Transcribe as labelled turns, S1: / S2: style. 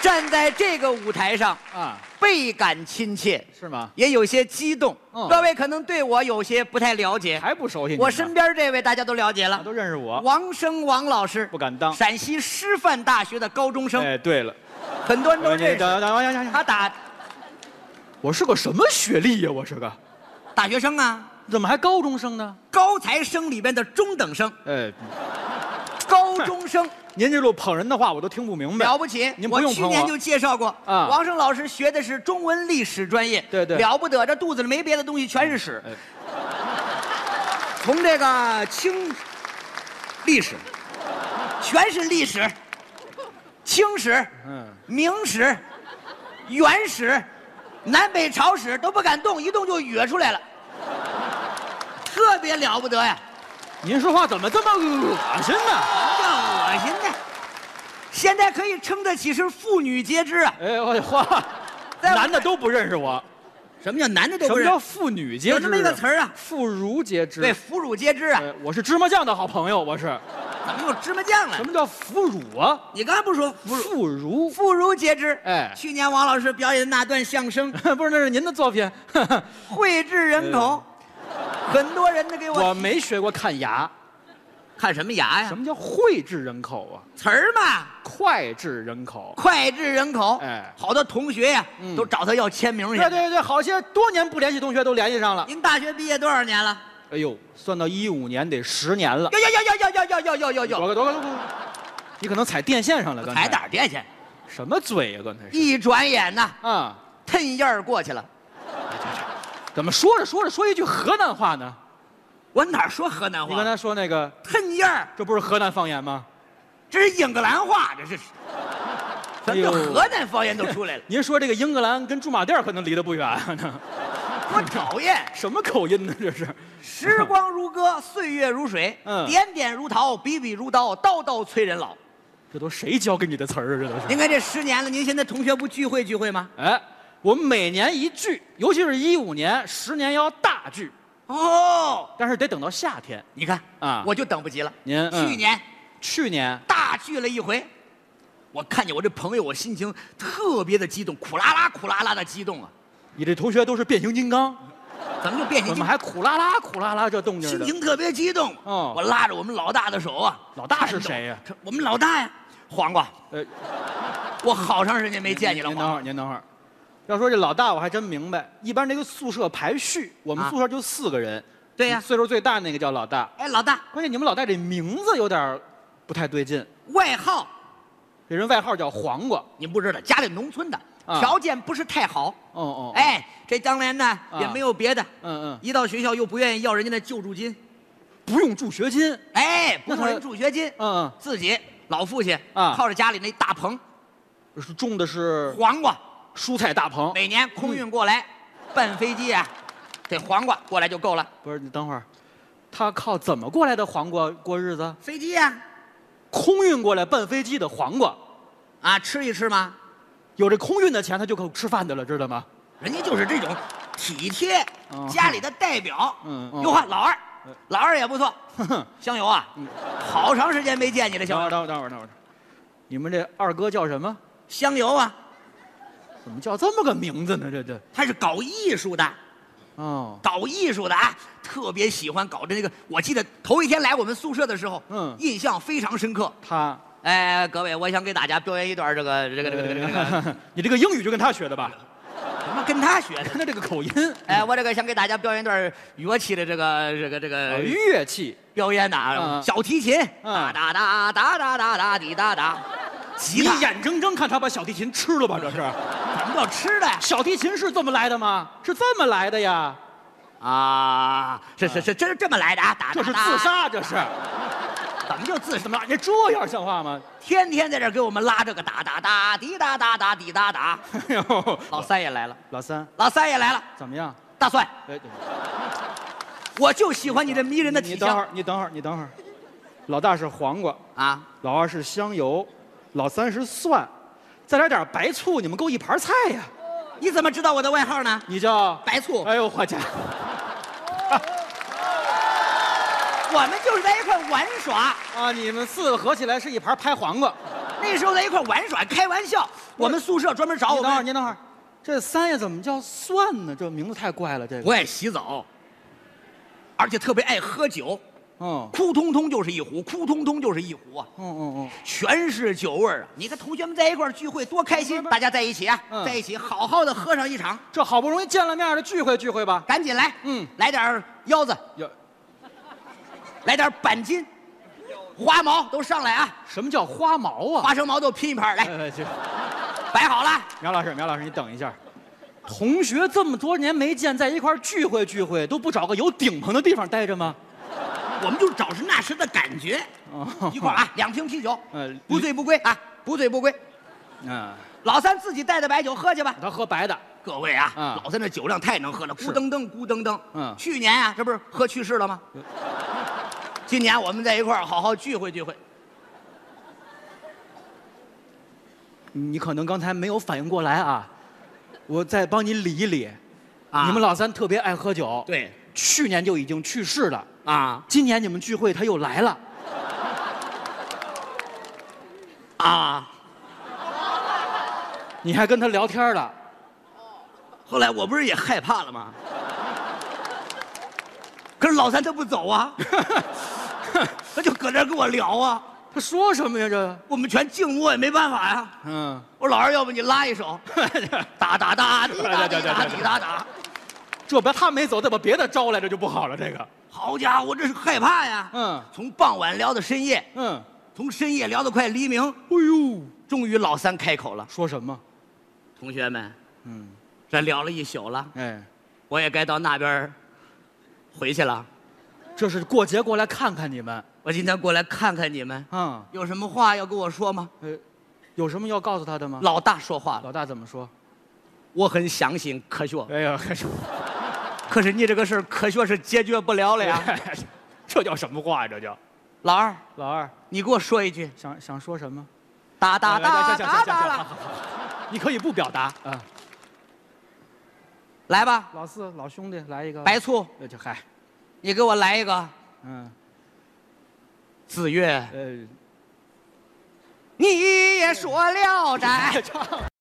S1: 站在这个舞台上，
S2: 啊，
S1: 倍感亲切，
S2: 是吗？
S1: 也有些激动。
S2: 嗯
S1: 各位可能对我有些不太了解，
S2: 还不熟悉你呢
S1: 我身边这位大家都了解
S2: 啊
S1: 了
S2: 都，认识我，
S1: 王生王老师
S2: 不，敢当。
S1: 陕西师范大学的高中生，
S2: 哎，对了，呃
S1: 很多人都认识。
S2: 等等等等
S1: 他打
S2: 我是个什么学历呀？我是个，
S1: 大学生啊，
S2: 怎么还高中生呢？
S1: 高材生里边的中等生，
S2: 哎，
S1: 高中 生
S2: 您这路捧人的话我都听不明白。
S1: 了不起。
S2: 您不
S1: 我
S2: 用
S1: 去
S2: 捧
S1: 年就
S2: 我。
S1: 介绍过，
S2: 啊
S1: 王生老师学的是中文历史专业，
S2: 对对
S1: 了不得，这肚子里没别的东西，全是屎。
S2: 哎
S1: 从这个清历史，全是历史，清史、
S2: 嗯，
S1: 明史、元史、南北朝史都不敢动，一动就哕出来了，特别了不得呀！
S2: 您说话怎么这么恶心呢？
S1: 这恶心的，现在可以称得起是妇女皆知啊！
S2: 哎，我的话，
S1: 再往
S2: 男的都不认识我。
S1: 什么叫男的都
S2: 什
S1: 不
S2: 么
S1: 认
S2: 叫？妇女皆知？
S1: 有这么一个词儿啊
S2: 妇孺皆知。
S1: 对，腐乳皆知啊！
S2: 哎，我是芝麻酱的好朋友，我是。
S1: 怎么有芝麻酱了
S2: 什？么叫腐乳啊？
S1: 你刚才不是说腐乳？
S2: 妇
S1: 妇
S2: 孺。
S1: 孺皆知。
S2: 哎
S1: 去年王老师表演的那段相声，
S2: 不是，那是您的作品。
S1: 脍炙人口，很多人呢给我
S2: 嗯 我没学过看牙，
S1: 看什么牙呀
S2: 什？么叫脍炙人口啊？
S1: 词儿嘛，
S2: 脍炙人口。
S1: 脍炙人口。
S2: 哎
S1: 好多同学呀、
S2: 嗯
S1: 都找他要签名去。
S2: 对对对，好些多年不联系同学都联系上了。
S1: 您大学毕业多少年了？
S2: 哎呦，算到一五年得十年了。
S1: 哟哟哟哟哟哟哟哟哟
S2: 多
S1: 哟！
S2: 个多个多个，你可能踩电线上了。刚才
S1: 踩哪儿别去？
S2: 什么嘴呀、刚才是
S1: 一转眼呐，
S2: 啊，
S1: 腾燕儿过去了。
S2: 怎么说着说着说一句河南话呢？
S1: 我哪儿说河南
S2: 你刚
S1: 话？
S2: 才说那个，
S1: 腾燕儿，
S2: 这不是河南方言吗？
S1: 这是英格兰话，这是。
S2: 哎
S1: 咱
S2: 呦，
S1: 这河南方言都出来了
S2: 您说这个英格兰跟驻马店儿可能离得不远呢，
S1: 我讨厌。
S2: 什么口音呢？这是，
S1: 时光如歌，岁月如水，
S2: 嗯
S1: 点点如桃，笔笔如刀，刀刀催人老。
S2: 这都谁教给你的词儿啊？这都是。
S1: 您看这十年了，您现在同学不聚会聚会吗？
S2: 哎，我们每年一聚，尤其是一五年，十年要大聚，
S1: 哦，
S2: 但是得等到夏天。
S1: 你看
S2: 啊
S1: 我就等不及了。
S2: 您嗯
S1: 去年
S2: 去年
S1: 大聚了一回，我看见我这朋友，我心情特别的激动，苦啦啦苦啦啦的激动啊！
S2: 你这同学都是变形金刚，
S1: 怎么就变
S2: 怎
S1: 形金？
S2: 么还苦啦啦苦啦啦这动静
S1: 心
S2: 的？
S1: 情特别激动。
S2: 哦
S1: 我拉着我们老大的手啊。
S2: 老大是谁呀
S1: 看着我我们老大呀，黄瓜。
S2: 呃，
S1: 我好长时间没见你了，
S2: 您
S1: 黄瓜。
S2: 等会儿，您等会儿。要说这老大，我还真明白。一般这个宿舍排序，我们
S1: 啊
S2: 宿舍就四个人。
S1: 对呀
S2: 你岁数最大那个叫老大。
S1: 哎，老大，
S2: 关键你们老大这名字有点儿不太对劲，
S1: 外号
S2: 这人外号叫黄瓜。
S1: 您不知道，家里农村的，
S2: 啊
S1: 条件不是太好。
S2: 哦哦，，啊
S1: 哎，这当年呢也没有别的，
S2: 嗯嗯，
S1: 一到学校又不愿意要人家的救助金，
S2: 不用助学金。
S1: 哎，不
S2: 那他
S1: 用人助学金，
S2: 嗯
S1: 自己老父亲
S2: 啊
S1: 靠着家里那大棚
S2: 嗯，是种的是
S1: 黄瓜，
S2: 蔬菜大棚。
S1: 每年空运过来，办飞机啊，这黄瓜过来就够了。
S2: 不是，你等会儿，他靠怎么过来的黄瓜过日子？
S1: 飞机呀，
S2: 空运过来奔飞机的黄瓜，
S1: 啊，吃一吃嘛，
S2: 有这空运的钱，他就够吃饭的了，知道吗？
S1: 人家就是这种体贴
S2: 哦
S1: 家里的代表。
S2: 嗯嗯
S1: 哟呵，老二
S2: 嗯，
S1: 老二也不错，
S2: 哼哼。
S1: 香油啊，好长时间没见你了，
S2: 等
S1: 香
S2: 会
S1: 油
S2: 儿，等会儿，等会儿，等会儿。你们这二哥叫什么？
S1: 香油啊，
S2: 怎么叫这么个名字呢？这这，
S1: 他是搞艺术的。
S2: 哦，
S1: 搞艺术的啊，特别喜欢搞的那个。我记得头一天来我们宿舍的时候，
S2: 嗯
S1: 印象非常深刻。
S2: 他，
S1: 哎，各位，我想给大家表演一段这个这个这个这个这个这个
S2: 你这个英语就跟他学的吧？
S1: 什哎么跟他学的。
S2: 跟他这个口音，
S1: 哎，我这个想给大家表演一段乐器的这个这个这
S2: 呃，
S1: 个
S2: 乐器，
S1: 表演的啊，
S2: 嗯
S1: 哎小提琴，哒
S2: 嗯
S1: 哒哒哒哒哒哒滴哒哒， 哎吉
S2: 你
S1: 他，
S2: 眼睁睁看他把小提琴吃了吧？这 是，
S1: 咱们叫吃的呀
S2: 小提琴是这么来的吗？是这么来的呀？
S1: 啊，是是是，这这么来的啊，打
S2: 这是自，杀，这是，
S1: 打怎么就自杀
S2: 怎？么你这样像话吗？
S1: 天天在这儿给我们拉这个哒哒哒滴哒哒哒滴哒哒，
S2: 哎呦，
S1: 老三也来了。
S2: 老三
S1: 老三也来了，
S2: 怎么样？
S1: 大帅，
S2: 哎，对
S1: 我就喜欢你这迷人的
S2: 你
S1: 体
S2: 等会
S1: 香
S2: 儿，你等会儿，你等会儿。老大是黄瓜，
S1: 啊！
S2: 老二是香油，老三是蒜，再来点白醋，你们够一盘菜呀。
S1: 你怎么知道我的外号呢？
S2: 你叫
S1: 白醋，
S2: 哎呦， 我家伙，
S1: 我们就是在一块玩耍。
S2: 啊！你们四个合起来是一盘拍黄瓜，
S1: 那那时候在一块玩耍，开玩笑。我们宿舍专门找
S2: 您
S1: 我
S2: 等会儿，
S1: 们，
S2: 您等会儿，这三爷怎么叫蒜呢？这名字太怪了，这个。
S1: 不爱洗澡，而且特别爱喝酒，
S2: 嗯
S1: 哭通通就是一壶，哭通通就是一壶啊，
S2: 嗯嗯
S1: 全是酒味儿啊！你看同学们在一块儿聚会多开心，大家在一起啊，
S2: 嗯
S1: 在一起好好的喝上一场，
S2: 嗯，这好不容易见了面的聚会聚会吧。
S1: 赶紧来，
S2: 嗯
S1: 来点儿腰子，
S2: 有
S1: 来点儿板筋，花毛都上来啊，
S2: 什么叫花毛啊？
S1: 花生毛豆拼一盘儿来，
S2: 呃，这
S1: 摆好了。
S2: 苗老师，苗老师，你等一下。同学这么多年没见，在一块儿聚会聚会，都不找个有顶棚的地方待着吗？
S1: 我们就找时那时的感觉，
S2: 哦
S1: 一块儿啊，两瓶啤酒，
S2: 呃
S1: 不醉不归啊，不醉不归。
S2: 嗯，
S1: 老三自己带的白酒喝去吧。
S2: 他喝白的。
S1: 各位啊，
S2: 嗯
S1: 老三这酒量太能喝了，咕噔噔，咕噔噔。
S2: 嗯呃
S1: 去年啊，这不是喝去世了吗？今年我们在一块儿好好聚会聚会。
S2: 你可能刚才没有反应过来啊，我再帮你理一理。
S1: 啊
S2: 你们老三特别爱喝酒，，
S1: 对
S2: 去年就已经去世了，
S1: 啊
S2: 今年你们聚会他又来了，
S1: 啊！
S2: 你还跟他聊天了，
S1: 后来我不是也害怕了吗？可是老三他不走啊，他就搁这儿跟我聊啊，
S2: 他说什么呀这？
S1: 我们全静默也没办法呀、
S2: 嗯，
S1: 我说老二，要不你拉一首，打打打，滴答滴答滴答答。
S2: 这把他没走，再把别的招来，这就不好了。这个，
S1: 好家伙，这是害怕呀！
S2: 嗯
S1: 从傍晚聊到深夜，
S2: 嗯，
S1: 从深夜聊到快黎明，
S2: 哎呦，
S1: 终于老三开口了
S2: 说什么？：“
S1: 同学们，
S2: 嗯，
S1: 这聊了一宿了，
S2: 哎，
S1: 我也该到那边儿回去了。
S2: 这是过节过来看看你们
S1: 我今天过来看看你们，
S2: 啊，
S1: 有什么话要跟我说吗
S2: 呃，有什么要告诉他的？”吗？
S1: 老大说话了
S2: 老大怎么说？：“
S1: 我很相信科学，
S2: 哎呀，还是
S1: 可是你这个事儿，科学是解决不了了呀。
S2: 这叫什么话呀？这叫”
S1: 老二，
S2: 老二
S1: 你给我说一句
S2: 想想说什么？：“哎
S1: 哒哒哒
S2: 行行行
S1: 哒
S2: 行
S1: 哒
S2: 行，好
S1: 了，
S2: 好好，你可以不表达啊。
S1: 来吧，
S2: 老四，老兄弟，来一个
S1: 白，醋。”
S2: 那就嗨，
S1: 你给我来一个
S2: 嗯，
S1: 子月，
S2: 呃。哎
S1: 你也说聊斋。